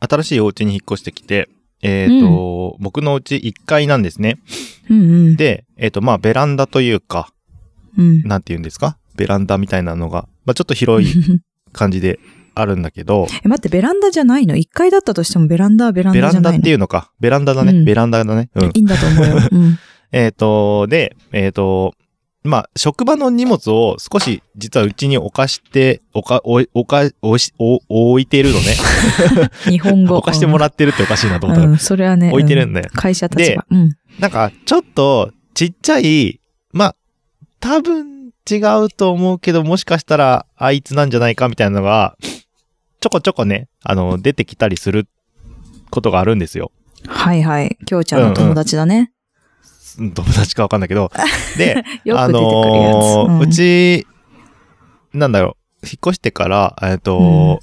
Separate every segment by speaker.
Speaker 1: 新しいお家に引っ越してきて、えっ、と、僕のお家1階なんですね。
Speaker 2: うんうん。
Speaker 1: で、えっ、と、まあ、ベランダというか、
Speaker 2: うん。
Speaker 1: なんて言うんですかベランダみたいなのが、まあ、ちょっと広い感じであるんだけど、
Speaker 2: え、待って、ベランダじゃないの一階だったとしてもベランダはベラン
Speaker 1: ベ
Speaker 2: ダ
Speaker 1: ラ
Speaker 2: じゃ
Speaker 1: ンダ
Speaker 2: ない
Speaker 1: っ
Speaker 2: の
Speaker 1: ていうのか。ベランダだね。
Speaker 2: うん
Speaker 1: ベランダだね。うん。
Speaker 2: いいんだと思うよ。 うん。
Speaker 1: えっ、と、で、えっ、と、まあ、職場の荷物を少し実はうちに置かして、置か、置い置か、置しお置いてるのね。
Speaker 2: 日本語。
Speaker 1: 置かしてもら
Speaker 2: ら
Speaker 1: ってるっておかしいなと思った
Speaker 2: う
Speaker 1: から。
Speaker 2: ん、それはね。
Speaker 1: 置いてるんだよ
Speaker 2: う会社たちが。うん。
Speaker 1: なんか、ちょっとちっちゃい、まあ、多分違うと思うけど、もしかしたらあいつなんじゃないかみたいなのが、ちょこちょこね、あの、出てきたりすることがあるんですよ。
Speaker 2: はいはい。きょうちゃんの友達だね。
Speaker 1: うん友達かわかんないけど。で、
Speaker 2: よ
Speaker 1: あ
Speaker 2: く出てくるやつ。
Speaker 1: のー
Speaker 2: ん
Speaker 1: う、ち、なんだろう、引っ越してから、えっ、と、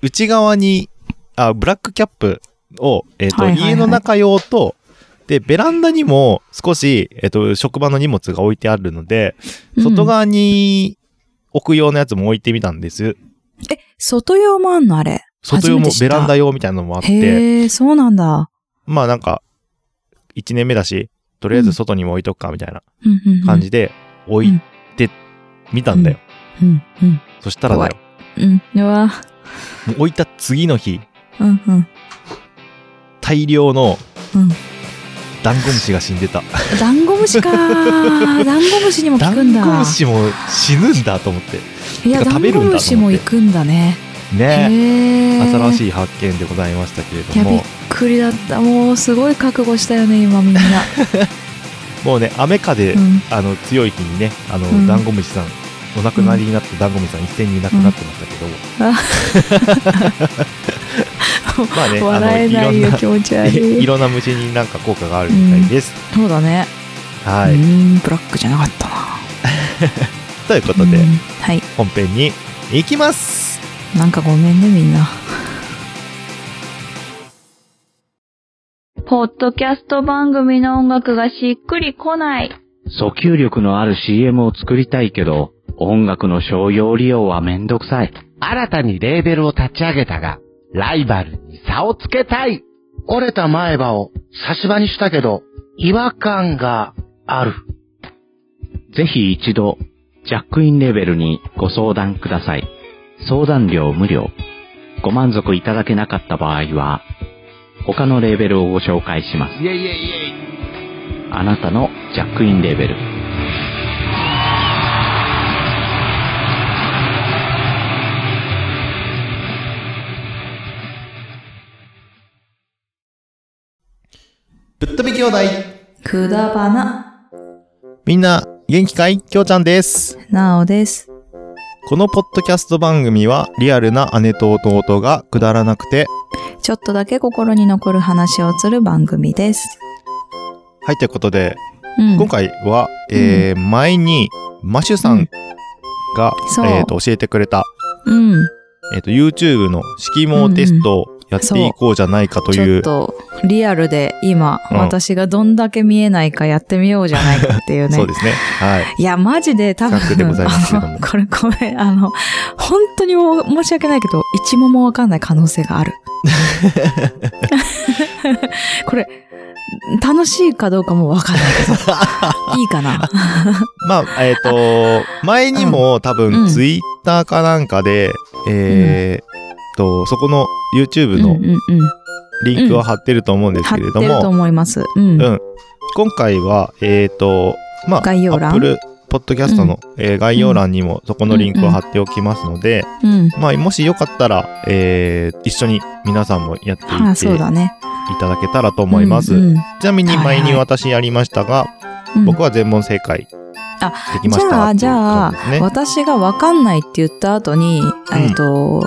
Speaker 1: 内側に、あ、ブラックキャップを、えっ、と、
Speaker 2: はいはいはい
Speaker 1: 家の中用と、で、ベランダにも少し、えっ、と、職場の荷物が置いてあるので、外
Speaker 2: うん。
Speaker 1: 側に置く用のやつも置いてみたんです。
Speaker 2: え、外用もあんのあれ。
Speaker 1: 外用
Speaker 2: 初め
Speaker 1: も
Speaker 2: て知
Speaker 1: ベ
Speaker 2: った
Speaker 1: ランダ用みたいなのもあって、
Speaker 2: へえ、そうなんだ。
Speaker 1: まあなんか、1年目だし、とりあえず外にも置いとくかみたいな
Speaker 2: うんうんうん
Speaker 1: 感じ。で置いてみたんだよ。
Speaker 2: うんうん。
Speaker 1: そしたらだよ
Speaker 2: 怖い。うん。うわ。
Speaker 1: もう置いた次の日
Speaker 2: うんうん。
Speaker 1: 大量の
Speaker 2: うん
Speaker 1: ダンゴムシが死んでた
Speaker 2: ダンゴムシか ー。ダンゴムシにも
Speaker 1: ダ
Speaker 2: 効く
Speaker 1: ン
Speaker 2: んだ。
Speaker 1: ゴムシも死ぬんだと思って
Speaker 2: いや、
Speaker 1: てか
Speaker 2: ダ
Speaker 1: 食
Speaker 2: ン
Speaker 1: べる
Speaker 2: ゴ
Speaker 1: んだと思って
Speaker 2: ムシも行くんだね。
Speaker 1: ね
Speaker 2: へー
Speaker 1: 新しい発見でございましたけれ
Speaker 2: い
Speaker 1: ど
Speaker 2: や、びっ
Speaker 1: も
Speaker 2: くりだった。もう、すごい覚悟したよね、今みんな。
Speaker 1: もうね雨風、
Speaker 2: うん。
Speaker 1: あの強い日にねあの、
Speaker 2: うん
Speaker 1: ダンゴムシさんお亡くなりになったダンゴムシさん一斉にいなくなってましたけど、
Speaker 2: あ
Speaker 1: まあねあの
Speaker 2: 笑え
Speaker 1: い
Speaker 2: な
Speaker 1: ろ
Speaker 2: い
Speaker 1: ん
Speaker 2: よ、
Speaker 1: な
Speaker 2: 気持ち悪
Speaker 1: い
Speaker 2: い。
Speaker 1: ろんな虫になんか効果があるみたいです、
Speaker 2: そうだね。
Speaker 1: はいう
Speaker 2: ーん、ブラックじゃなかったな。
Speaker 1: ということで、
Speaker 2: うんはい。
Speaker 1: 本編に行きます
Speaker 2: なんかごめんね、みんな。
Speaker 3: ポッドキャスト番組の音楽がしっくりこない。
Speaker 4: 訴求力のある CM を作りたいけど、音楽の商用利用はめんどくさい。
Speaker 5: 新たにレーベルを立ち上げたが、ライバルに差をつけたい折れた前歯を差し歯にしたけど、違和感がある。
Speaker 4: ぜひ一度、ジャックインレベルにご相談ください。相談料無料。ご満足いただけなかった場合は、他のレーベルをご紹介します。あなたのジャックインレベル。
Speaker 1: ぶっ飛び兄弟
Speaker 2: くだばな。
Speaker 1: みんな元気かいきょうちゃんです
Speaker 2: なおです。
Speaker 1: このポッドキャスト番組はリアルな姉と弟がくだらなくて
Speaker 2: ちょっとだけ心に残る話をする番組です。
Speaker 1: はいということで、
Speaker 2: うん。
Speaker 1: 今回は、えー前にマシュさんが、
Speaker 2: そう
Speaker 1: えー、と教えてくれた、
Speaker 2: うん。
Speaker 1: えー、と YouTube の色盲テストをやっていこうじゃないかと
Speaker 2: ち
Speaker 1: いう,、
Speaker 2: ょっと、リアルで今、
Speaker 1: うん
Speaker 2: 私がどんだけ見えないかやってみようじゃないかっていう ね。
Speaker 1: そうですねはい
Speaker 2: いや、マジで多分、
Speaker 1: 企画でございますけども
Speaker 2: あのこれごめん、あの、本当にもう申し訳ないけど、一問もわかんない可能性 がある。これ、楽しいかどうかもわかんないけ ど、いいかな。
Speaker 1: まあ、えっ、 と、前にも多
Speaker 2: う
Speaker 1: 分
Speaker 2: ん
Speaker 1: ツイッターかなんかで、えー、と、そこの YouTube
Speaker 2: うん
Speaker 1: の
Speaker 2: うんうん。
Speaker 1: リンクを貼ってると思うんです
Speaker 2: 貼っ
Speaker 1: けれど
Speaker 2: てると
Speaker 1: も、
Speaker 2: 思います。うん。
Speaker 1: うん今回は、えっ、と、まあ、
Speaker 2: 概要欄
Speaker 1: Apple Podcast の、えー概要欄にもそこのリンクを貼っておきますので、
Speaker 2: うん。
Speaker 1: まあ、もしよかったら、えー一緒に皆さんもやっていっ
Speaker 2: ああ、
Speaker 1: て
Speaker 2: そうだね。
Speaker 1: いただけたらと思います。
Speaker 2: うんうん
Speaker 1: ちなみに前
Speaker 2: は
Speaker 1: に
Speaker 2: いはい
Speaker 1: 私やりましたが、
Speaker 2: うん
Speaker 1: 僕は全問正解できましたって
Speaker 2: じ
Speaker 1: いう
Speaker 2: ゃあ、
Speaker 1: 感
Speaker 2: じ
Speaker 1: じで
Speaker 2: ゃあ、
Speaker 1: すね。
Speaker 2: 私がわかんないって言った後に、
Speaker 1: ん
Speaker 2: えっと、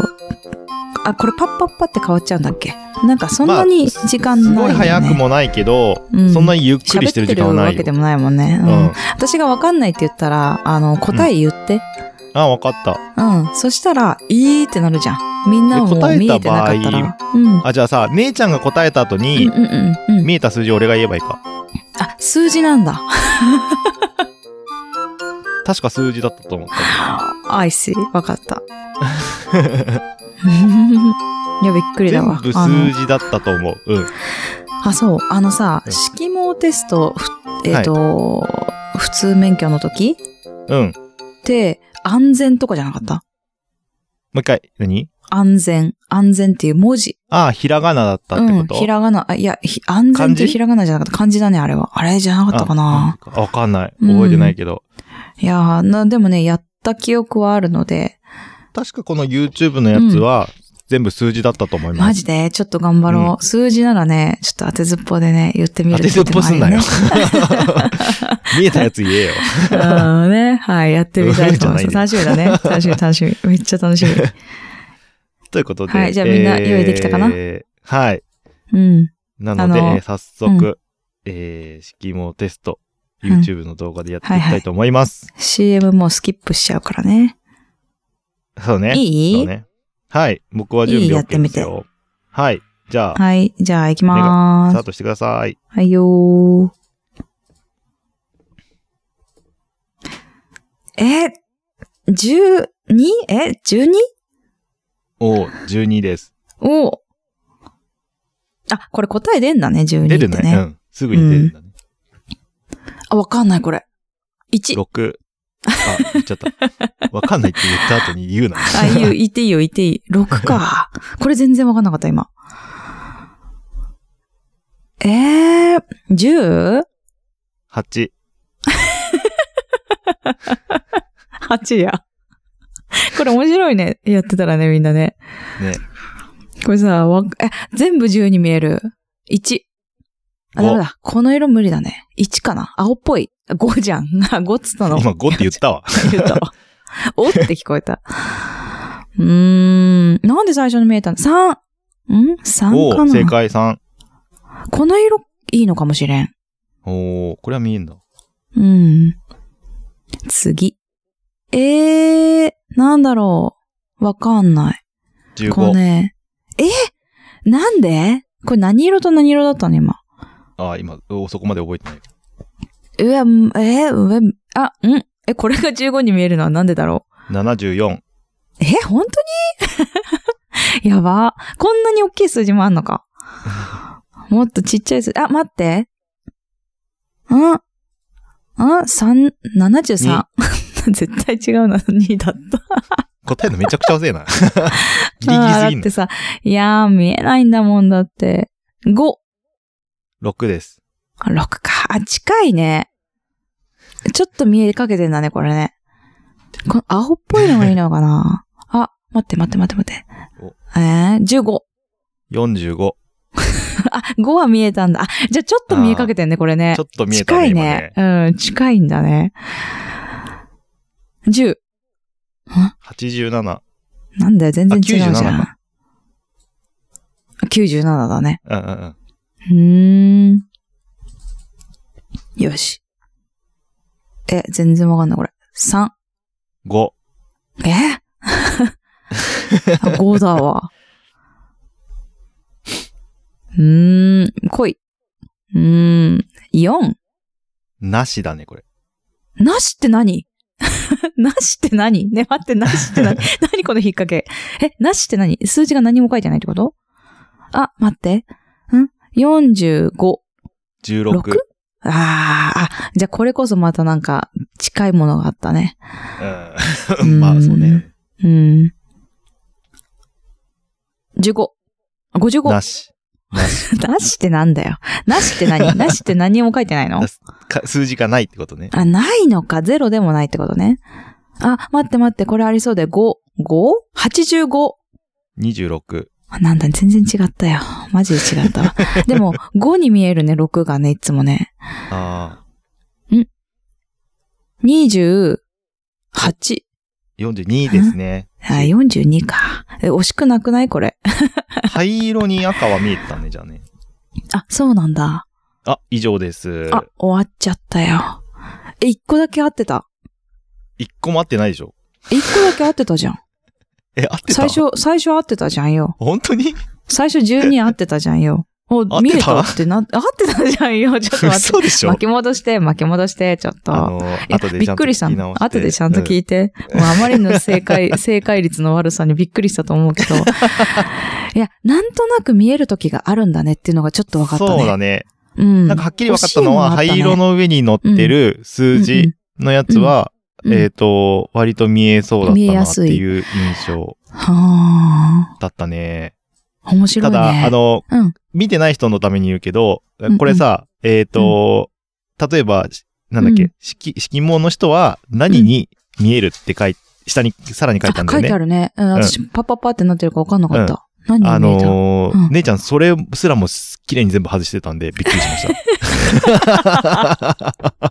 Speaker 2: あ、これパッパッパって変わっちゃうんだっけなんかそんなに時間
Speaker 1: す
Speaker 2: ないよ、
Speaker 1: ご
Speaker 2: ね
Speaker 1: い早くもないけど、
Speaker 2: うん
Speaker 1: そんなにゆっくりして
Speaker 2: 喋
Speaker 1: る
Speaker 2: って
Speaker 1: 時
Speaker 2: る
Speaker 1: 間はな
Speaker 2: わ
Speaker 1: い
Speaker 2: け
Speaker 1: よ
Speaker 2: で。もないもんね。
Speaker 1: う
Speaker 2: うんん。私がわかんないって言ったら、あの、答え言って。
Speaker 1: あ、わかった。
Speaker 2: うん。そしたら、いいってなるじゃん。みんなも
Speaker 1: で
Speaker 2: 見えてなかった
Speaker 1: 答え
Speaker 2: ら。うん。うん
Speaker 1: あ、じゃあさ、姉ちゃんが答えた後
Speaker 2: うん
Speaker 1: に、
Speaker 2: うんうん。
Speaker 1: 見えた数字を俺が言えばいいか。
Speaker 2: あ、数字なんだ。
Speaker 1: 確か数字だったと思った。
Speaker 2: I see. わかった。 いや、びっくりだ
Speaker 1: 全
Speaker 2: わ。
Speaker 1: 部
Speaker 2: あの
Speaker 1: 数字だったと思う。うん。
Speaker 2: あ、そう。あのさ、
Speaker 1: うん
Speaker 2: 色盲テスト、ふえっ、と、普通免許の時
Speaker 1: うん。も
Speaker 2: って、安全とかじゃなかった
Speaker 1: う一回、何
Speaker 2: 安全。安全っていう文字。
Speaker 1: ああ、ひらがなだったって
Speaker 2: う
Speaker 1: こ
Speaker 2: ん。
Speaker 1: と、
Speaker 2: ひらがな、あいや、ひ安全っ
Speaker 1: 漢
Speaker 2: て
Speaker 1: 字
Speaker 2: ひらがなじゃなかった。漢字だね、あれは。あれじゃなかったかな。
Speaker 1: あわかんない。覚えてないけど。
Speaker 2: いやーな、でもね、やった記憶はあるので、
Speaker 1: 確かこの YouTube のやつは、全部数字だったと思います。
Speaker 2: マジで、ちょっと頑張ろう。数字ならね、ちょっと当てずっぽうでね、言ってみる
Speaker 1: 当てずっぽすんなよ
Speaker 2: って。
Speaker 1: 見えたやつ言えよ。
Speaker 2: 手もあるよねうんね。はい、やってみたいと思います。楽しみだね。楽しみ、楽しみ。めっちゃ楽しみ。
Speaker 1: ということで。
Speaker 2: はいじゃあみんな用意できたかな
Speaker 1: えーはい。
Speaker 2: うん。
Speaker 1: なので、
Speaker 2: あの
Speaker 1: えー早速、えー、式もテスト、YouTube の動画でやっていきたいと思います。
Speaker 2: CM もうスキップしちゃうからね。
Speaker 1: そうね。
Speaker 2: いい
Speaker 1: そうね。はい。僕は準
Speaker 2: いい
Speaker 1: 備
Speaker 2: やって
Speaker 1: OK で
Speaker 2: み
Speaker 1: す
Speaker 2: て
Speaker 1: よ。はい。じゃあ、
Speaker 2: はい。じゃあ、行きま
Speaker 1: ス
Speaker 2: ー
Speaker 1: ター
Speaker 2: す。
Speaker 1: トしてください。
Speaker 2: はいよー。え、12? え、12?
Speaker 1: おう、12です。
Speaker 2: おーあ、これ答え出んだね、12ってね。
Speaker 1: 出るね。うん。すぐに出るんだね。
Speaker 2: あ、わかんない、これ。1。
Speaker 1: 6。あ、言っちゃ った。わかんないって言った後に言うな。
Speaker 2: あ、い いよ、言っていいよ、言っていい。6か。これ全然わかんなかった、今。えー、10?8
Speaker 1: 8。
Speaker 2: や。これ面白いね。やってたらね、みんなね。
Speaker 1: ね。
Speaker 2: これさ、わえ、全部10に見える。1。あ、ダメ
Speaker 1: 5。
Speaker 2: だ。この色無理だね。1かな。青っぽい。あ5じゃん。 あ5っつったの。
Speaker 1: 今5って言ったわ。
Speaker 2: 言うと。 おって聞こえた。うーん。なんで最初に見えたの ?3! ん ?3
Speaker 1: お
Speaker 2: か
Speaker 1: う、正
Speaker 2: な
Speaker 1: 解3。
Speaker 2: この色いいのかもしれん。
Speaker 1: おー、これは見えんだ。
Speaker 2: うん。次。えー、なんだろう。わかんない。これ
Speaker 1: 15。
Speaker 2: ね。えなんでこれ何色と何色だったの今。
Speaker 1: あ、今、おそこまで覚えてない。
Speaker 2: うわ、んえー、うわ、んあ、うん。え、これが15に見えるのはなんでだろう
Speaker 1: 74。
Speaker 2: え、本当に やば。こんなに大きい数字もあんのか。もっとちっちゃい数字。あ、待って。んあ、三、七十三。 絶対違うな、2だった。
Speaker 1: 答えるのめちゃくちゃ遅えな。 ギ リギリ
Speaker 2: あー
Speaker 1: す
Speaker 2: だ
Speaker 1: ぎ
Speaker 2: って
Speaker 1: ん
Speaker 2: さ、いやー、見えないんだもんだって。5。
Speaker 1: の。6です。
Speaker 2: あ6か。あ、近いね。ちょっと見えかけてんだね、これね。この青っぽいのがいいのかな あ、待って待って待って待って
Speaker 1: お。
Speaker 2: えー、15。
Speaker 1: 45。
Speaker 2: あ、5は見えたんだ。あ、じゃあちょっと見えかけてんね、これね
Speaker 1: ちょ。っと見えた
Speaker 2: 近
Speaker 1: ね、
Speaker 2: い
Speaker 1: 今
Speaker 2: ね
Speaker 1: ね。。
Speaker 2: うん、近いんだね。10。
Speaker 1: 87。
Speaker 2: なんだよ、全然違うじゃ
Speaker 1: あ97
Speaker 2: ん。97だね。
Speaker 1: うんうんうん。
Speaker 2: うーん。よし。え、全然わかんない、これ。3。
Speaker 1: 5。
Speaker 2: え ?5 だわ。うーん、濃い。うーん、4。
Speaker 1: なしだね、これ。
Speaker 2: なしって何 なしって何ね、待って、なしって何何この引っ掛け。え、なしって何数字が何も書いてないってことあ、待って。ん ?45。
Speaker 1: 16。
Speaker 2: あーあ、じゃあこれこそまたなんか近いものがあったね。
Speaker 1: う。
Speaker 2: うん ん
Speaker 1: まあ、そうね。
Speaker 2: うん。15。55。
Speaker 1: なし。なし。
Speaker 2: なしってなんだよ。なしって何なしって何も書いてないの
Speaker 1: なしか数字がないってことね。
Speaker 2: あ、ないのか。ゼロでもないってことね。あ、待って待って。これありそうで。5。5?85。
Speaker 1: 26。
Speaker 2: あなんだ、全然違ったよ。マジで違ったわ。でも、5に見えるね、6がね、いつもね。
Speaker 1: ああ、
Speaker 2: 28。
Speaker 1: 42です ね。
Speaker 2: あ、42か。え、惜しくなくないこれ。
Speaker 1: 灰色に赤は見えてたね、じゃあね。
Speaker 2: あ、そうなんだ。
Speaker 1: あ、以上です。
Speaker 2: あ、終わっちゃったよ。え、1個だけ合ってた。
Speaker 1: 一個も合ってないでしょ。
Speaker 2: 1個だけ合ってたじゃん。
Speaker 1: え、合ってた
Speaker 2: 最。初、最初合ってたじゃんよ。
Speaker 1: 本当に
Speaker 2: 最初12合ってたじゃんよ。
Speaker 1: 合っ
Speaker 2: お、
Speaker 1: てた
Speaker 2: 見れたってな、合ってたじゃ んよ。ちょっと待って。
Speaker 1: 嘘でしょ
Speaker 2: 巻き戻して、巻き戻して、ちょっと。
Speaker 1: あの、
Speaker 2: いや
Speaker 1: 後で
Speaker 2: びっくりしたの。後でちゃんと聞
Speaker 1: い
Speaker 2: いて。もうあまりの 正解、正解率の悪さにびっくりしたと思うけど。いや、なんとなく見える時があるんだねっていうのがちょっと分かったね。
Speaker 1: そうだね。
Speaker 2: うん。
Speaker 1: なんかはっきり分かったのは、
Speaker 2: 欲し
Speaker 1: 灰
Speaker 2: いものあ
Speaker 1: 色
Speaker 2: ったね
Speaker 1: の上に乗ってる数字のやつは、
Speaker 2: うんうん
Speaker 1: えっ、と、割と見えそうだったなっていう印象
Speaker 2: は
Speaker 1: だったね。
Speaker 2: あ。面白
Speaker 1: た
Speaker 2: いね。
Speaker 1: だ、あの、
Speaker 2: うん
Speaker 1: 見てない人のために言うけど
Speaker 2: んうん、
Speaker 1: これさ、えっ、と、例えば、なんだっ
Speaker 2: うん
Speaker 1: け、色、色盲の人は何に見えるって書い、下にさらに書いたんだ
Speaker 2: あ書
Speaker 1: よ
Speaker 2: いてあ
Speaker 1: ね。
Speaker 2: るね。うん、私、パッパッパってなってるか分かんなかった。何
Speaker 1: あ
Speaker 2: に見えた
Speaker 1: のー
Speaker 2: うん
Speaker 1: 姉ちゃん、それすらも綺麗に全部外してたんで、びっくりしました。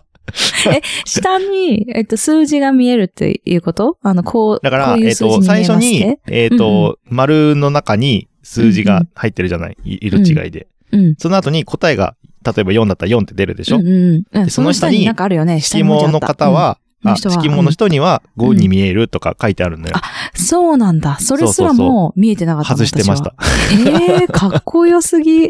Speaker 2: 下に、えっと、数字が見えるっていうことあの、こう、
Speaker 1: だから、
Speaker 2: こうい
Speaker 1: え
Speaker 2: う
Speaker 1: っ
Speaker 2: 数字
Speaker 1: と、
Speaker 2: に見
Speaker 1: 最
Speaker 2: えます
Speaker 1: 初に、えっと、丸の中に数字が入ってるじゃないい色違いで。
Speaker 2: うん。
Speaker 1: その後に答えが、例えば4だったら4って出るでしょ
Speaker 2: うんうんうん。
Speaker 1: でその下に
Speaker 2: そなんかあるよね。下に
Speaker 1: 色
Speaker 2: 文字
Speaker 1: 盲
Speaker 2: あった
Speaker 1: の方、は、
Speaker 2: うん
Speaker 1: あ、
Speaker 2: の人は
Speaker 1: 色盲の人には5に見えるとか書いてあるんだよ。
Speaker 2: うんそうなんだ。それすら
Speaker 1: そうそう
Speaker 2: も見えてなかったの
Speaker 1: 外してました。。か
Speaker 2: 私はええー、かっこよすぎ。
Speaker 1: っ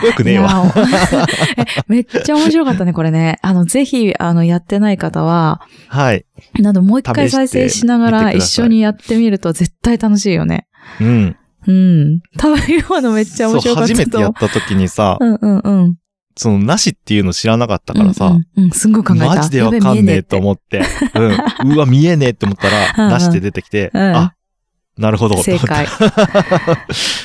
Speaker 1: こ よくねえわ。
Speaker 2: いや えめっちゃ面白かったね、これね。あの、ぜひ、あの、やってない方は、
Speaker 1: はい。
Speaker 2: などもう一回再生しなが
Speaker 1: 試して
Speaker 2: ら
Speaker 1: みてく
Speaker 2: 一
Speaker 1: ださい
Speaker 2: 緒にやってみると絶対楽しいよね。
Speaker 1: うん。
Speaker 2: うん。食べようのめっちゃ面
Speaker 1: そう、
Speaker 2: 白かった
Speaker 1: 初
Speaker 2: と思う。
Speaker 1: めてやった時にさ
Speaker 2: う、んうんうん。
Speaker 1: その、なしっていうの知らなかったから
Speaker 2: う
Speaker 1: さ
Speaker 2: ん、うんうん、すんごい考えた。
Speaker 1: マジでわかんねえと
Speaker 2: う。
Speaker 1: 思って、 うん。うわ、見えねえって思った
Speaker 2: うん
Speaker 1: ら、
Speaker 2: うん
Speaker 1: なしって出てきて、
Speaker 2: うん
Speaker 1: あ、なるほど、と思
Speaker 2: 正
Speaker 1: って。
Speaker 2: 解。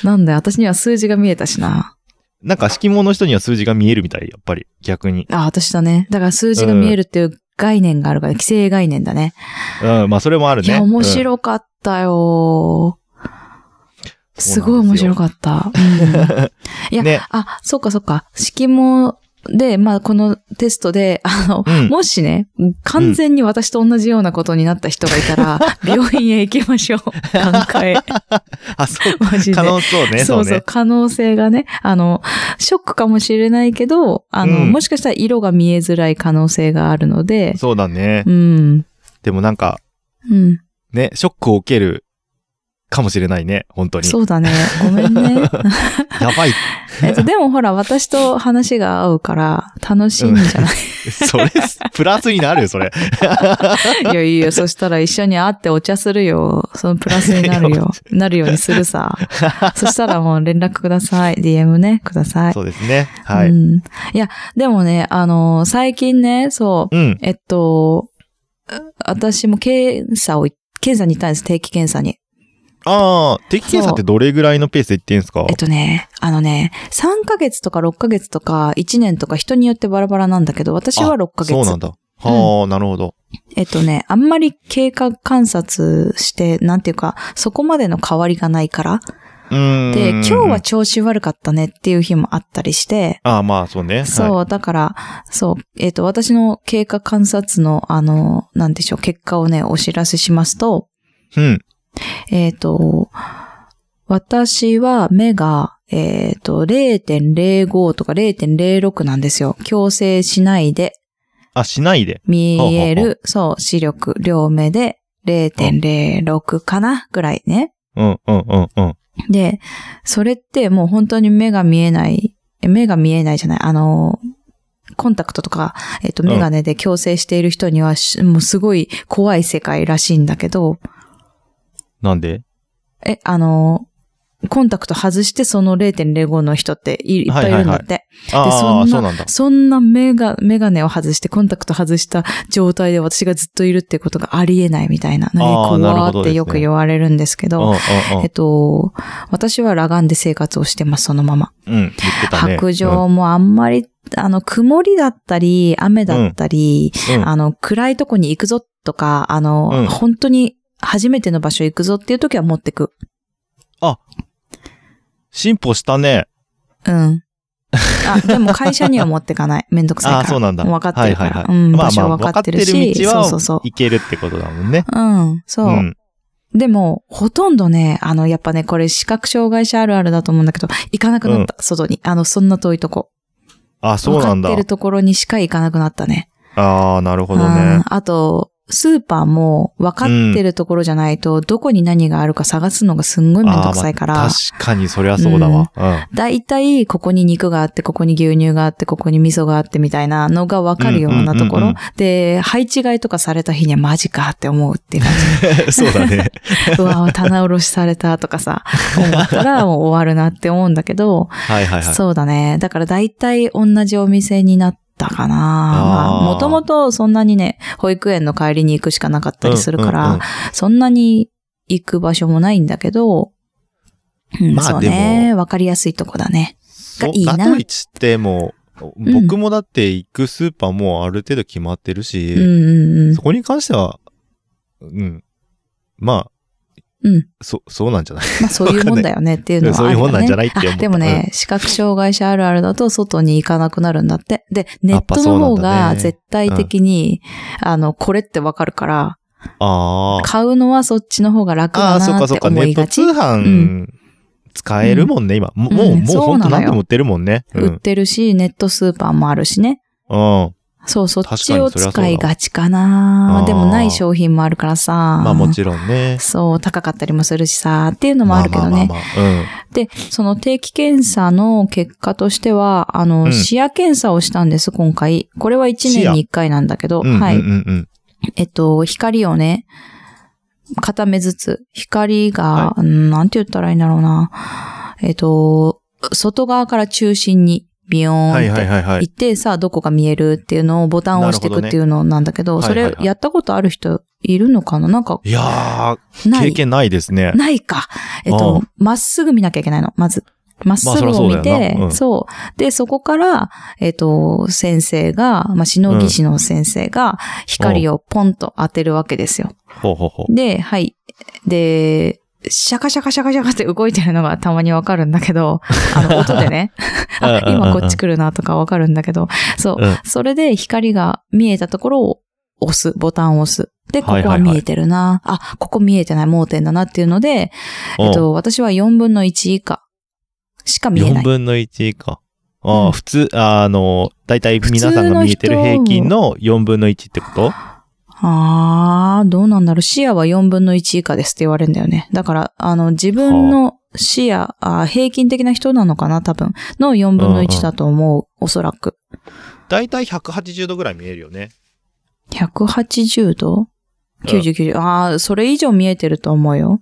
Speaker 2: なんだよ、私には数字が見えたしな。
Speaker 1: なんか、色盲の人には数字が見えるみたい、やっぱり、逆に。
Speaker 2: あ、私だね。だから数字が見えるっていう概念があるから、規制概念だね。
Speaker 1: うん、まあ、それもある
Speaker 2: い
Speaker 1: ね。
Speaker 2: や、面白かったよ。すごい面白
Speaker 1: っ
Speaker 2: かった。うんいや、
Speaker 1: ね
Speaker 2: あ、そっかそっか。式も、で、まあ、このテストで、あの、
Speaker 1: うん
Speaker 2: もしね、完全に私と同じようなことになった人がいたら、病院へ行きま しょう。考え。
Speaker 1: あ、そう。
Speaker 2: マジで。
Speaker 1: 可能そうね、
Speaker 2: そ
Speaker 1: そう
Speaker 2: うそう
Speaker 1: ね。
Speaker 2: 可能性がね。あの、ショックかもしれないけど、あの、
Speaker 1: うん
Speaker 2: もしかしたら色が見えづらい可能性があるので、
Speaker 1: そうだね
Speaker 2: う。ん。
Speaker 1: でもなんか、
Speaker 2: うん。
Speaker 1: ね、ショックを受けるかもしれないね、本当に。
Speaker 2: そうだね。ごめん ね。
Speaker 1: や ばい。
Speaker 2: えっと、でもほら、私と話が合うから、楽しいんじ ゃない
Speaker 1: それ、プラスになるよ、それ。
Speaker 2: いやいや、そしたら一緒に会ってお茶するよ。そのプラスになるよ。なるようにするさ。そしたらもう連絡ください。DM ね、ください。
Speaker 1: そうですね。は
Speaker 2: う
Speaker 1: い。
Speaker 2: ん。いや、でもね、あの、最近ね、そう、
Speaker 1: うん。
Speaker 2: えっと、私も検査を、検査に行ったんです、定期検査に。
Speaker 1: ああ、定期検査ってどれぐらいのペースで行ってんすか
Speaker 2: えっとね、あのね、3ヶ月とか6ヶ月とか1年とか人によってバラバラなんだけど、私は6ヶ月。
Speaker 1: そうなんだ。はあ、なるほど。
Speaker 2: えっとね、あんまり経過観察して、なんていうか、そこまでの変わりがないから。
Speaker 1: うーん。
Speaker 2: で、今日は。調子悪かったねっていう日もあったりして、
Speaker 1: ああ、まあ、そうね。
Speaker 2: そう、
Speaker 1: はい。
Speaker 2: だから、そう、えっ、と、私の経過観察の、あの、なんでしょう、結果をね、お知らせしますと、
Speaker 1: うん。
Speaker 2: えっ、と、私は目が、えっ、と、0.05とか0.06なんですよ。矯正しないで
Speaker 1: あ、しないで。
Speaker 2: 見える、
Speaker 1: ほうほ
Speaker 2: そう、視力、両目で0.06かなぐらいね。
Speaker 1: うん、うん、うん、うん。
Speaker 2: で、それってもう本当に目が見えない、え目が見えないじゃない、あの、コンタクトとか、えっ、と、
Speaker 1: うん
Speaker 2: メガネで矯正している人にはし、もうすごい怖い世界らしいんだけど、
Speaker 1: なんで
Speaker 2: え、あの、コンタクト外してその0.05の人っていいっぱいいるんだって。
Speaker 1: ああ、
Speaker 2: で
Speaker 1: そ
Speaker 2: そ
Speaker 1: うんなんだ。
Speaker 2: そんなメガ、メガネを外してコンタクト外した状態で私がずっといるってことがありえないみたいな。何
Speaker 1: あーなる
Speaker 2: 怖
Speaker 1: ほ
Speaker 2: ー
Speaker 1: ど
Speaker 2: っ
Speaker 1: です
Speaker 2: て
Speaker 1: ね
Speaker 2: よく言われるんですけ
Speaker 1: う
Speaker 2: ど、
Speaker 1: ん、うん、
Speaker 2: えっと、私は裸眼で生活をしてます、そのまま。
Speaker 1: うん。うん、言ってたね。
Speaker 2: 白
Speaker 1: うん
Speaker 2: 状もあんまり、あの、曇りだったり、雨だったり、
Speaker 1: うん
Speaker 2: あの、暗いとこに行くぞとか、あの、
Speaker 1: うん
Speaker 2: 本当に初めての場所行くぞっていう時は持ってく。
Speaker 1: 進歩したね。
Speaker 2: うん。 あ、でも会社には持ってかない。めんどくさいか
Speaker 1: あ
Speaker 2: ら。
Speaker 1: あ、そうなんだ。
Speaker 2: 分かってるから。
Speaker 1: はいはいはい
Speaker 2: うん、
Speaker 1: まあ
Speaker 2: 場所
Speaker 1: まあ
Speaker 2: は分かってるし、
Speaker 1: 分かってる道は
Speaker 2: そうそうそ
Speaker 1: いけるってことだもんね。
Speaker 2: う。うん、そう。
Speaker 1: ん。
Speaker 2: でも、ほとんどね、あの、やっぱね、これ視覚障害者あるあるだと思うんだけど、行かなくなった、外に。あの、そんな遠いとこ。
Speaker 1: あ、そうなんだ
Speaker 2: 分かって。るところにしか行かなくなったね。
Speaker 1: ああ、なるほど
Speaker 2: うん
Speaker 1: ね。
Speaker 2: あと、スーパーも分かってるところじゃないと、どこに何があるか探すのがすんごいめんどくさいから。
Speaker 1: あーまあ確かにそりゃそうだわ。うん。
Speaker 2: 大体、ここに肉があって、ここに牛乳があって、ここに味噌があってみたいなのがわかるようなとこ
Speaker 1: うんうんうんう
Speaker 2: ろ
Speaker 1: ん。
Speaker 2: で、配置買いとかされた日にはマジかって思う っていう感
Speaker 1: そうだね。
Speaker 2: じ。うわ棚卸しされたとかさ、思っ たらもう終わるなって思うんだけど、
Speaker 1: はいはいはい。
Speaker 2: そうだね。だから大体同じお店になったかな。ま
Speaker 1: あー
Speaker 2: あ、もともとそんなにね、保育園の帰りに行くしかなかったりするから、
Speaker 1: うんうん
Speaker 2: そんなに行く場所もないんだけど、うん、
Speaker 1: まあ
Speaker 2: そう
Speaker 1: で
Speaker 2: ね。わかりやすいとこだね。
Speaker 1: そう
Speaker 2: いいな
Speaker 1: だといつっても、
Speaker 2: ん
Speaker 1: 僕もだって行くスーパーもうある程度決まってるし、
Speaker 2: うんうんうん
Speaker 1: そ。こに関しては、うん。まあ、
Speaker 2: うん
Speaker 1: そ、そうなんじ ゃない
Speaker 2: まあそういうもんだよねっていうのはあるよ、ね。
Speaker 1: そういうもんなんじゃないって思った
Speaker 2: あでもね、視覚障害者あるあるだと外に行かなくなるんだって。で、ネ
Speaker 1: や
Speaker 2: ットの方
Speaker 1: っぱそうなんだ
Speaker 2: が
Speaker 1: ね
Speaker 2: 絶対的に、あの、これってわかるから、
Speaker 1: ああ。
Speaker 2: 買うのはそっちの方が楽
Speaker 1: あ
Speaker 2: だ
Speaker 1: あ、そっ
Speaker 2: な
Speaker 1: か
Speaker 2: っ
Speaker 1: そってか。
Speaker 2: 思
Speaker 1: ネッ
Speaker 2: い
Speaker 1: ト
Speaker 2: が
Speaker 1: 通
Speaker 2: ち。
Speaker 1: 販使えるもんね、今。ももう、
Speaker 2: うん
Speaker 1: もうほんと何でも
Speaker 2: そうなの
Speaker 1: 売
Speaker 2: よ
Speaker 1: ってるもんね。う
Speaker 2: 売っ
Speaker 1: ん。
Speaker 2: てるし、ネットスーパーもあるしね。
Speaker 1: うん。
Speaker 2: そう、そっ
Speaker 1: 確
Speaker 2: ちを
Speaker 1: かにそりゃそうだ
Speaker 2: 使いがちか
Speaker 1: あ
Speaker 2: な
Speaker 1: ー。
Speaker 2: でもない商品もあるからさ。
Speaker 1: まあもちろんね。
Speaker 2: そう、高かったりもするしさ、っていうのもあるけどね。
Speaker 1: まあまあまあまあ
Speaker 2: で、その定期検査の結果としては、あの、
Speaker 1: うん
Speaker 2: 視野検査をしたんです、今回。これは1
Speaker 1: 視
Speaker 2: 年
Speaker 1: 野
Speaker 2: に1回なんだけど、
Speaker 1: うん。うん。
Speaker 2: は
Speaker 1: う
Speaker 2: い
Speaker 1: ん。うん
Speaker 2: えっと、光をね、片目ずつ、光が、
Speaker 1: は
Speaker 2: うんなんて言ったらいいんだろうな。えっと、外側から中心に、ビヨー
Speaker 1: う
Speaker 2: ン
Speaker 1: ん。
Speaker 2: っ
Speaker 1: はい
Speaker 2: て
Speaker 1: はいはいはい
Speaker 2: 行。って、さあどこが見えるっていうのをボタンを押してい
Speaker 1: なるほど
Speaker 2: く
Speaker 1: ね
Speaker 2: っていうのなんだけど、
Speaker 1: はい
Speaker 2: そ
Speaker 1: はいはい
Speaker 2: れやったことある人いるのかななんか、
Speaker 1: いやー、
Speaker 2: な
Speaker 1: 経
Speaker 2: い。
Speaker 1: 験ないですね。
Speaker 2: ないか。えっ
Speaker 1: う
Speaker 2: と
Speaker 1: ん、
Speaker 2: まっすぐ見なきゃいけないの、まず。まっす
Speaker 1: まあそ
Speaker 2: ぐ
Speaker 1: りゃそ
Speaker 2: を
Speaker 1: うだ
Speaker 2: 見
Speaker 1: よ
Speaker 2: て、
Speaker 1: な
Speaker 2: そう
Speaker 1: うん
Speaker 2: で、そこから、えっ、と、先生が、まあ、しのぎ師の先生が、光をポンと当てるわけですよ。
Speaker 1: ほうほうほう。
Speaker 2: で、はい。で、シャカシャカシャカシャカって動いてるのがたまにわかるんだ けど、あの、音でね。あ
Speaker 1: うんうんうん
Speaker 2: 今こっち来るなとかわかるんだけど、そう。
Speaker 1: うん
Speaker 2: それで光が見えたところを押す、ボタンを押す。で、ここ
Speaker 1: はいはいは
Speaker 2: はい見えてるな、あ、ここ見えてない盲点だなっていうので、
Speaker 1: うん
Speaker 2: えっと、私は4分の1以下しか見えな
Speaker 1: 4
Speaker 2: い。
Speaker 1: 分の1以下。あ
Speaker 2: うん
Speaker 1: あ、普通、あの、だいたい皆さんが見えてる平均の4分の1ってこと
Speaker 2: あー、どうなんだろう。視野は4分の1以下ですって言われるんだよね。だから、あの、自分の視野、あー平均的な人なのかな多分。の4分の1だと思う。おそらく。
Speaker 1: だいたい180度ぐらい見えるよね。
Speaker 2: 180度
Speaker 1: うん
Speaker 2: ?99 度。あー、それ以上見えてると思うよ。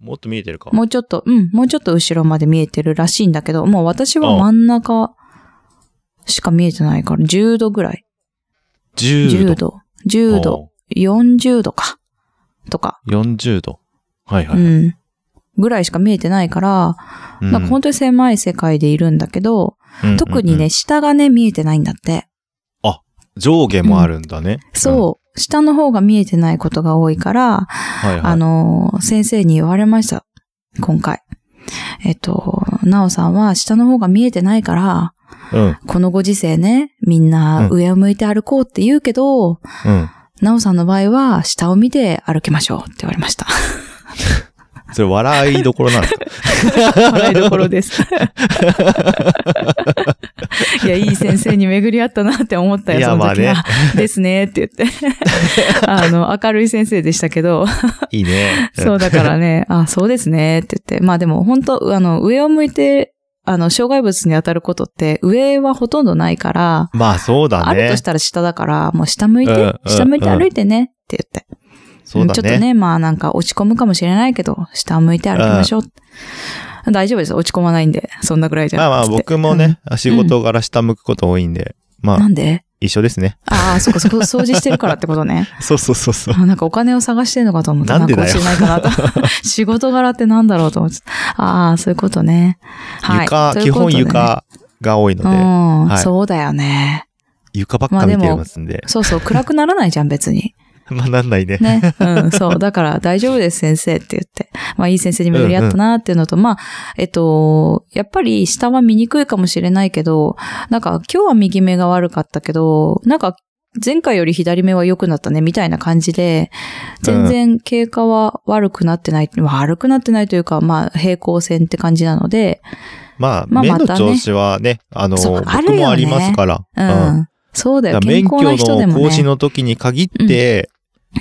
Speaker 1: もっと見えてるか。
Speaker 2: もうちょっと、うん、もうちょっと後ろまで見えてるらしいんだけど、もう私は
Speaker 1: うん
Speaker 2: 真ん中しか見えてないから、10度ぐらい。
Speaker 1: 10
Speaker 2: 10
Speaker 1: 度。
Speaker 2: 度。10度。。40度か。とか。
Speaker 1: 40度。はいは
Speaker 2: う
Speaker 1: い。
Speaker 2: ん。ぐらいしか見えてないから、
Speaker 1: うん
Speaker 2: なんか本当に狭い世界でいるんだけど、特に。
Speaker 1: うんうんう
Speaker 2: ね、
Speaker 1: ん
Speaker 2: 下がね、見えてないんだって。
Speaker 1: 上下もあるんだね。
Speaker 2: そう。下の方が見えてないことが多いから、
Speaker 1: うん。はいは
Speaker 2: あ
Speaker 1: い。
Speaker 2: のー、先生に言われました。今回。えっと、なおさんは下の方が見えてないから、
Speaker 1: うん。
Speaker 2: このご時世ね、みんな
Speaker 1: うん
Speaker 2: 上を向いて歩こうって言うけ
Speaker 1: う
Speaker 2: ど、
Speaker 1: ん。
Speaker 2: なおさんの場合は下を見て歩きましょうって言われました。
Speaker 1: それ笑いどころなんですか
Speaker 2: 笑いどころです。いや、いい先生に巡り合ったなって思ったよ、
Speaker 1: いや
Speaker 2: その時は。
Speaker 1: ま
Speaker 2: ですねって 言って。あの、明るい先生でしたけど、
Speaker 1: いいね。
Speaker 2: そうだからね、あ、そうですねって言って。まあでも本当あの、上を向いて、あの、障害物に当たることって、上はほとんどないから、
Speaker 1: まあそうだ
Speaker 2: ある
Speaker 1: ね
Speaker 2: とし。たら下だから、もう下向いて、
Speaker 1: うんうん
Speaker 2: 下向いて歩いてねって言って。
Speaker 1: そうだ
Speaker 2: ちょっと
Speaker 1: ね。
Speaker 2: ね、まあなんか落ち込むかもしれないけど、下を向いて歩きましょう。大丈夫です。落ち込まないんで、そんなぐらいじゃん
Speaker 1: まあまあ
Speaker 2: つって
Speaker 1: 僕もね、仕事柄下向くこと多いんで、
Speaker 2: うん
Speaker 1: ま
Speaker 2: な
Speaker 1: あ
Speaker 2: んで
Speaker 1: 一緒です ね。
Speaker 2: ああ、そこそこ掃除してるからってことね。
Speaker 1: そうそうそうそう。
Speaker 2: あなんかお金を探してるのかと思った。
Speaker 1: なんでだよ
Speaker 2: か落ちないかなと。 仕事柄ってなんだろうと思って。ああ、そういうことね。はい。
Speaker 1: 床、
Speaker 2: とい
Speaker 1: 基
Speaker 2: うこと
Speaker 1: 本
Speaker 2: でね。
Speaker 1: 床が多いの
Speaker 2: う
Speaker 1: で、
Speaker 2: ん、
Speaker 1: はい
Speaker 2: そうだよね。
Speaker 1: 床ばっか見てますんで。
Speaker 2: そうそう、暗くならないじゃん、別に。
Speaker 1: まあ、なんないね。
Speaker 2: ね。うん、そう。だから、大丈夫です、先生って言って。まあ、いい先生に巡り合ったなっていうのと、まあ、えっと、やっぱり、下は見にくいかもしれないけど、なんか、今日は右目が悪かったけど、なんか、前回より左目は良くなったね、みたいな感じで、全然経過は悪くなってない、悪くなってないというか、まあ、平行線って感じなので、
Speaker 1: まあ、
Speaker 2: まあ
Speaker 1: 目
Speaker 2: ま
Speaker 1: の
Speaker 2: たね
Speaker 1: 調子はね、あの、
Speaker 2: そうあるよね
Speaker 1: 僕もありますから。
Speaker 2: う
Speaker 1: うん
Speaker 2: ん。そうだ
Speaker 1: だか
Speaker 2: よ、
Speaker 1: ら
Speaker 2: 健
Speaker 1: 免
Speaker 2: 康
Speaker 1: 許
Speaker 2: な人で
Speaker 1: の
Speaker 2: も
Speaker 1: 更新
Speaker 2: ね。
Speaker 1: の時に限って、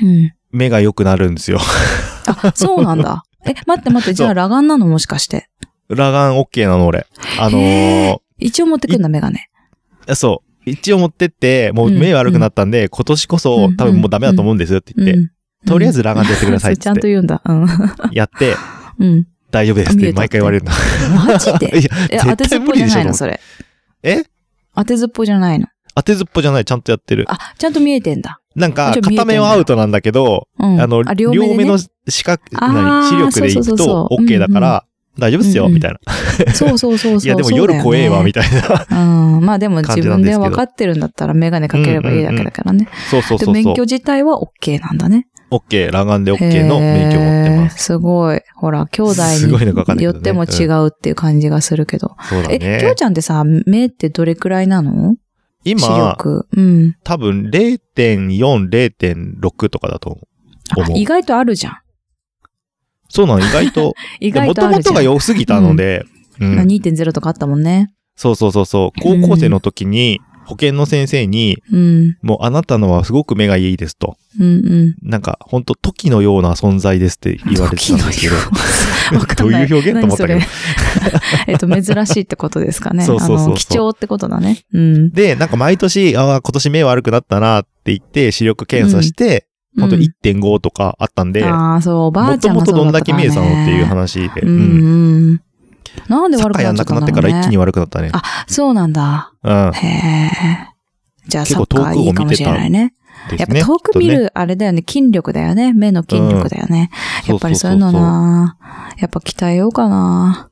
Speaker 2: うん。
Speaker 1: 目が良くなるんですよ。
Speaker 2: あ、そうなんだ。え、待って待って、じゃあ裸眼なのもしかして。
Speaker 1: 裸眼 OK なの、俺。あの
Speaker 2: へ一応持ってくんだ、メガネ。
Speaker 1: そう。一応持ってって、もう
Speaker 2: うん
Speaker 1: 目悪くなったんで、今年こそ多分もうダメだと思うんですよって言って、
Speaker 2: うん
Speaker 1: とりあえず裸眼でやってくださいっ
Speaker 2: それ
Speaker 1: つ
Speaker 2: ちゃ
Speaker 1: っ
Speaker 2: んと
Speaker 1: て、
Speaker 2: 言うんだ。うん。
Speaker 1: やって、
Speaker 2: うん。
Speaker 1: 大丈夫ですっ
Speaker 2: 見
Speaker 1: て
Speaker 2: えた
Speaker 1: 毎回言われるの。
Speaker 2: マジで
Speaker 1: いや、
Speaker 2: え、
Speaker 1: 絶対
Speaker 2: 当てずっぽ
Speaker 1: 無理
Speaker 2: じゃない
Speaker 1: でしょ
Speaker 2: の、それ。
Speaker 1: え
Speaker 2: 当てずっぽじゃないの。
Speaker 1: 当てずっぽじゃない、ちゃんとやってる。
Speaker 2: あ、ちゃんと見えてんだ。
Speaker 1: なんか
Speaker 2: じゃ、あ見えて
Speaker 1: 片
Speaker 2: んだ
Speaker 1: 目はアウトなんだけど、
Speaker 2: うん。
Speaker 1: あの、両目,、
Speaker 2: でね
Speaker 1: の視覚、
Speaker 2: あー
Speaker 1: 何視力でい
Speaker 2: そ
Speaker 1: く
Speaker 2: うそうそ
Speaker 1: と
Speaker 2: うそう
Speaker 1: OK だから、大丈夫っすよ、
Speaker 2: うんうん
Speaker 1: みたいな。
Speaker 2: そうそうそうそう。
Speaker 1: いや、でも夜怖えわ、み
Speaker 2: た
Speaker 1: たいな。
Speaker 2: いな。 うん。まあでも自
Speaker 1: 感じなん
Speaker 2: 分
Speaker 1: です
Speaker 2: で
Speaker 1: けど
Speaker 2: 分かってるんだったらメガネかければいいだけだからね。
Speaker 1: そうそう
Speaker 2: で、
Speaker 1: そうそ
Speaker 2: 免
Speaker 1: う
Speaker 2: 許。自体は OK なんだね。
Speaker 1: OK、裸眼で OK の免許を持ってます。
Speaker 2: す。すごい。ほら、兄
Speaker 1: すごいのかわかんない
Speaker 2: 弟に
Speaker 1: け
Speaker 2: よ
Speaker 1: ど
Speaker 2: っ
Speaker 1: ね
Speaker 2: ても違うっていう感じがするけど。
Speaker 1: そうだ
Speaker 2: え、きょう
Speaker 1: ね
Speaker 2: ち。ゃんってさ、目ってどれくらいなの視
Speaker 1: 今、
Speaker 2: 力。うん。
Speaker 1: 多分0.4、0.6とかだと
Speaker 2: あ
Speaker 1: 思う
Speaker 2: 意。外とあるじゃん。
Speaker 1: そう なの、意外と。
Speaker 2: 意
Speaker 1: も
Speaker 2: 外
Speaker 1: と
Speaker 2: とあ
Speaker 1: も
Speaker 2: るじ
Speaker 1: と
Speaker 2: ゃん。
Speaker 1: が良すぎたので、うん
Speaker 2: 2.0とかあったもんね。
Speaker 1: そうそうそうそう。高校生の時に、保健の先生に、
Speaker 2: うん。
Speaker 1: もうあなたのはすごく目がいいですと。
Speaker 2: うんうん。
Speaker 1: なんか、ほんと、時のような存在ですって言われてたんですけど。
Speaker 2: 時のようわかんない
Speaker 1: どういう表現と思ったけど
Speaker 2: 何それ えっと、珍しいってことですか ね。
Speaker 1: そうそうそうそう
Speaker 2: あの貴重ってことだね。うん。
Speaker 1: で、なんか毎年、ああ、今年目悪くなったなって言って、視力検査して、ほんと
Speaker 2: うん
Speaker 1: 1.5とかあったんで、
Speaker 2: ああ、そう、おば
Speaker 1: も
Speaker 2: あち
Speaker 1: と
Speaker 2: ゃん
Speaker 1: も
Speaker 2: が
Speaker 1: と
Speaker 2: そう
Speaker 1: どんだ
Speaker 2: だった
Speaker 1: け
Speaker 2: から、
Speaker 1: 見え
Speaker 2: ね。
Speaker 1: てたのっていう話で、
Speaker 2: う
Speaker 1: うんん。
Speaker 2: うん。なんで
Speaker 1: サ
Speaker 2: 悪
Speaker 1: ッ
Speaker 2: く
Speaker 1: カー
Speaker 2: な
Speaker 1: や
Speaker 2: っ
Speaker 1: ん
Speaker 2: ち
Speaker 1: な
Speaker 2: ゃった
Speaker 1: く
Speaker 2: ん
Speaker 1: なっ
Speaker 2: だ
Speaker 1: て
Speaker 2: ろ
Speaker 1: か
Speaker 2: う
Speaker 1: ら
Speaker 2: ね。
Speaker 1: 一気に悪くなったね。
Speaker 2: あ、そうなんだ。
Speaker 1: うん。
Speaker 2: へえ。じゃあ、
Speaker 1: 結
Speaker 2: サ
Speaker 1: 構
Speaker 2: ッカーいいかもしれないね。
Speaker 1: ですね
Speaker 2: やっぱ遠く見る、あれだよね、筋力だよね。目の筋力だよね。やっぱりそういうの。
Speaker 1: とね
Speaker 2: なやっぱ鍛えようかな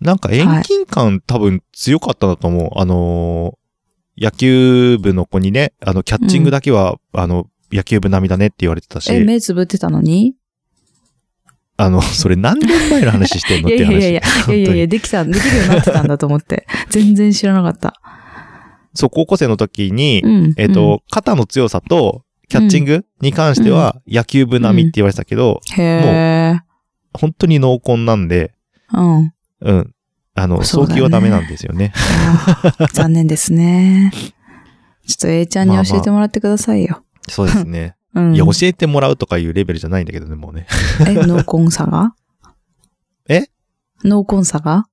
Speaker 1: なんか遠近感多分強かったんだと思う。あのー野球部の子にね、あの、キャッチングだけは、あの、野球部並みだねって言われてた
Speaker 2: え、
Speaker 1: し、
Speaker 2: 目つぶってたのに
Speaker 1: あの、それ何年前の話してんの
Speaker 2: い
Speaker 1: っ
Speaker 2: や
Speaker 1: て
Speaker 2: い
Speaker 1: いう
Speaker 2: や
Speaker 1: 話。
Speaker 2: いやいや、いやいやいや、できた、できるようになってたんだと思って。全然知らなかった。
Speaker 1: そう、高校生の時に、
Speaker 2: うん。
Speaker 1: えっ、と、肩の強さと、キャッチングに関しては、野球部並みって言われてたけど、
Speaker 2: うん、へえ。
Speaker 1: 本当に濃厚なんで、
Speaker 2: うん。
Speaker 1: うん。あの、
Speaker 2: そう
Speaker 1: 早
Speaker 2: だね
Speaker 1: 期はダメなんですよ ね。
Speaker 2: 残念ですね。ちょっと A ちゃんに教えてもらってくださいよ。
Speaker 1: そうですね。
Speaker 2: うん。
Speaker 1: いや、教えてもらうとかいうレベルじゃないんだけどね、もうね。
Speaker 2: え、濃紺さが
Speaker 1: え
Speaker 2: 濃紺さが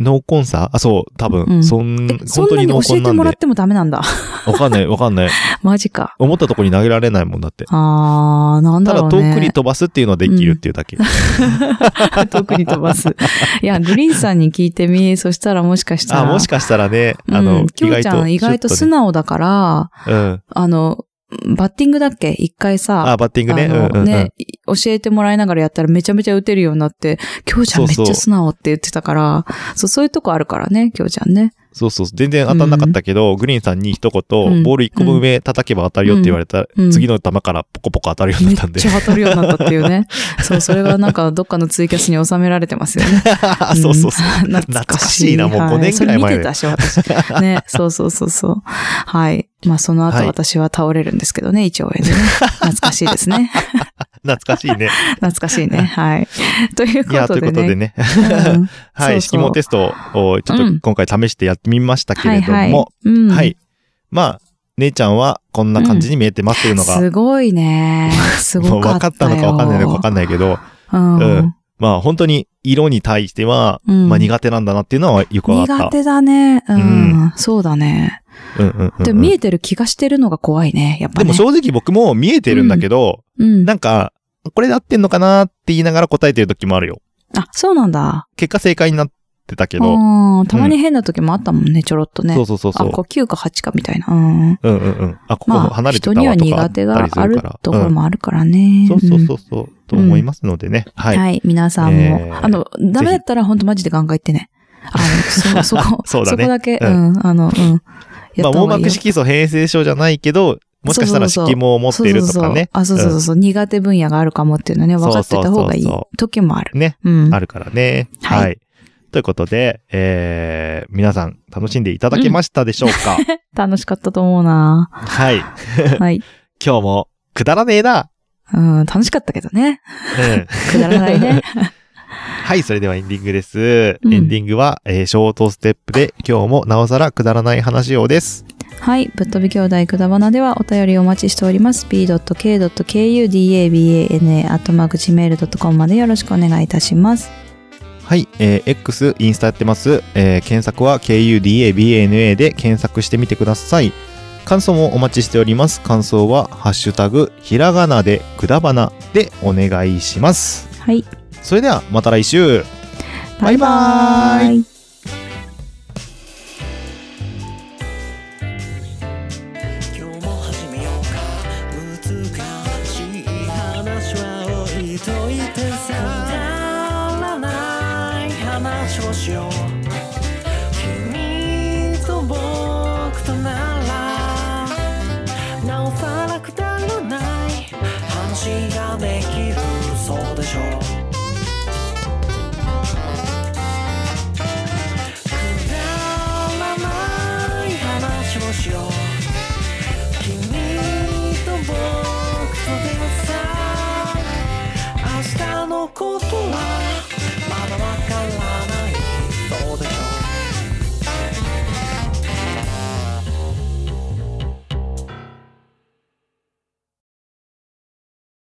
Speaker 1: 濃厚さあ、そう、多分、
Speaker 2: うん
Speaker 1: そん、
Speaker 2: え、そ
Speaker 1: 本
Speaker 2: ん
Speaker 1: 当
Speaker 2: な
Speaker 1: に
Speaker 2: に
Speaker 1: 濃
Speaker 2: 教
Speaker 1: 厚
Speaker 2: え
Speaker 1: な
Speaker 2: て
Speaker 1: ん
Speaker 2: も
Speaker 1: で
Speaker 2: らっ。てもダメなんだ。
Speaker 1: わかんない、わかんない。
Speaker 2: マジか。
Speaker 1: 思ったとこに投げられないもんだって。
Speaker 2: あー、なん
Speaker 1: た
Speaker 2: だ
Speaker 1: だ
Speaker 2: ろう
Speaker 1: 遠
Speaker 2: ね。
Speaker 1: くに飛ばすっていうのはできるっていうだけ。
Speaker 2: 遠くに飛ばす。いや、グリーンさんに聞いてみ、そしたらもしかしたら。
Speaker 1: あ、もしかしたらね、あ
Speaker 2: う
Speaker 1: の
Speaker 2: ん、、きょうちゃん意外と素
Speaker 1: ね
Speaker 2: 直だから、
Speaker 1: うん。
Speaker 2: あの、バッティングだっけ一回さ、
Speaker 1: あ、バッティングね。
Speaker 2: あ
Speaker 1: うんう
Speaker 2: の
Speaker 1: んうん。
Speaker 2: ね教えてもらいながらやったらめちゃめちゃ打てるようになって、きょうちゃ
Speaker 1: そ
Speaker 2: んめ
Speaker 1: う
Speaker 2: っ
Speaker 1: そう
Speaker 2: ちゃ素直って言ってたから、そう、そういうとこあるからね、きょうちゃんね。
Speaker 1: そうそう、全然当たんなかったけど、グリーンさんに一言、
Speaker 2: ん
Speaker 1: ボール一個分上叩けば当たるよって言われたら、
Speaker 2: うん
Speaker 1: 次の球からポコポコ当たるように
Speaker 2: め
Speaker 1: なっ
Speaker 2: っ
Speaker 1: たんで
Speaker 2: ち。ゃ当たるようになったっていうね。そう、それがなんかどっかのツイキャスに収められてますよね。ん
Speaker 1: そうそうそう。
Speaker 2: 懐かしい。
Speaker 1: 懐かしいなもう
Speaker 2: は
Speaker 1: 5年くらい前
Speaker 2: それ見てたし、私。ね、 そうそうそうそう。はい。まあ、その
Speaker 1: はい
Speaker 2: 後私は倒れるんですけどね、一応でね。懐かしいで すね。
Speaker 1: 懐かしい ね。
Speaker 2: 懐かしいね。はい。というこ
Speaker 1: いや、とい
Speaker 2: と
Speaker 1: うこ
Speaker 2: で
Speaker 1: とでね。
Speaker 2: ね。うん
Speaker 1: は
Speaker 2: そうそう
Speaker 1: い、式もテストをちょっと今回試してやってみましたけ
Speaker 2: は
Speaker 1: れ
Speaker 2: い
Speaker 1: ども、
Speaker 2: は
Speaker 1: はいい、。
Speaker 2: うん
Speaker 1: まあ、姉ちゃんはこんな感じに見えてますというのが、
Speaker 2: すごいね。す
Speaker 1: もう
Speaker 2: ごか
Speaker 1: 分か
Speaker 2: っ
Speaker 1: った
Speaker 2: たよ。
Speaker 1: のか分かんないのか分かんないけど、
Speaker 2: う
Speaker 1: うんん。まあ本当に色に対しては、
Speaker 2: うん
Speaker 1: まあ苦手なんだなっていうのはよく分か
Speaker 2: 苦
Speaker 1: った。
Speaker 2: 手だね。うん。
Speaker 1: う
Speaker 2: そうだね。
Speaker 1: うんうんうんうん
Speaker 2: でも見えてる気がしてるのが怖いね。やっぱ
Speaker 1: で
Speaker 2: ね。
Speaker 1: も正直僕も見えてるんだけど、
Speaker 2: うん。
Speaker 1: なんか、これで合ってんのかなって言いながら答えてる時もあるよ。
Speaker 2: あ、そうなんだ。
Speaker 1: 結果正解になってたけど。
Speaker 2: うん。たまに変な時もあったもんね、ちょろっとね
Speaker 1: そう。そうそう
Speaker 2: あ、
Speaker 1: そう。
Speaker 2: 5、9か8かみたいな。うん。
Speaker 1: うんうんうん。あ、ここ
Speaker 2: まあ、
Speaker 1: 離れてた
Speaker 2: 人
Speaker 1: わ
Speaker 2: に
Speaker 1: とかあっ
Speaker 2: は苦
Speaker 1: た
Speaker 2: 手
Speaker 1: りす
Speaker 2: が
Speaker 1: る
Speaker 2: あ
Speaker 1: か
Speaker 2: る
Speaker 1: ら。
Speaker 2: ところ
Speaker 1: うん
Speaker 2: もあるからね。
Speaker 1: そうそうそううそう、と思いますのでね。は
Speaker 2: ん。
Speaker 1: い。
Speaker 2: はい、皆さん
Speaker 1: え
Speaker 2: も。
Speaker 1: ー、
Speaker 2: あの、ダメだったら本当マジでガンガン言ってね。あの、そ、そこ
Speaker 1: そうだ
Speaker 2: そこ
Speaker 1: ね
Speaker 2: だけ、
Speaker 1: う
Speaker 2: うんん、あの、うん。
Speaker 1: ま
Speaker 2: や
Speaker 1: あ、
Speaker 2: った
Speaker 1: 網
Speaker 2: 方がい
Speaker 1: 膜
Speaker 2: いよ。
Speaker 1: 色素変性症じゃないけど、もしかしたら
Speaker 2: そうそうそう
Speaker 1: 色毛を持っているとかね。
Speaker 2: そうそうそうあ、そうそうそうそう、苦手分野があるかもっていうのね、分かってた方がいい
Speaker 1: そうそうそうそ
Speaker 2: 時もある。
Speaker 1: ね。
Speaker 2: うん。
Speaker 1: あるからね。
Speaker 2: はい
Speaker 1: はい。ということで、えー、皆さん楽しんでいただけましたでしょう か、
Speaker 2: 楽しかったと思うな
Speaker 1: はい。今
Speaker 2: はい。
Speaker 1: 日もくだらねえな。
Speaker 2: うん、楽しかったけど ね。
Speaker 1: うん。
Speaker 2: くだらないね。
Speaker 1: はい、それではエンディングです。
Speaker 2: うん
Speaker 1: エンディングは、えーショートステップで今日もなおさらくだらない話をです。
Speaker 2: はい。ぶっ飛び兄弟くだばなではお便りお待ちしております。b.k.kudabana.gmail.com までよろしくお願いいたします。
Speaker 1: はい、えー X、インスタやってます。えー検索は KUDABANA で検索してみてください。感想もお待ちしております。感想は、ハッシュタグ、ひらがなで、くだばなでお願いします。
Speaker 2: はい。
Speaker 1: それでは、また来週。バイバーイ
Speaker 2: イ
Speaker 6: 今日も始めようか難しい話は置いといてさくだらない話をしよう君と僕とならなおさらくだらない話ができるそうでしょうくだらない話をしよう「君と僕とでもさ」「明日のことを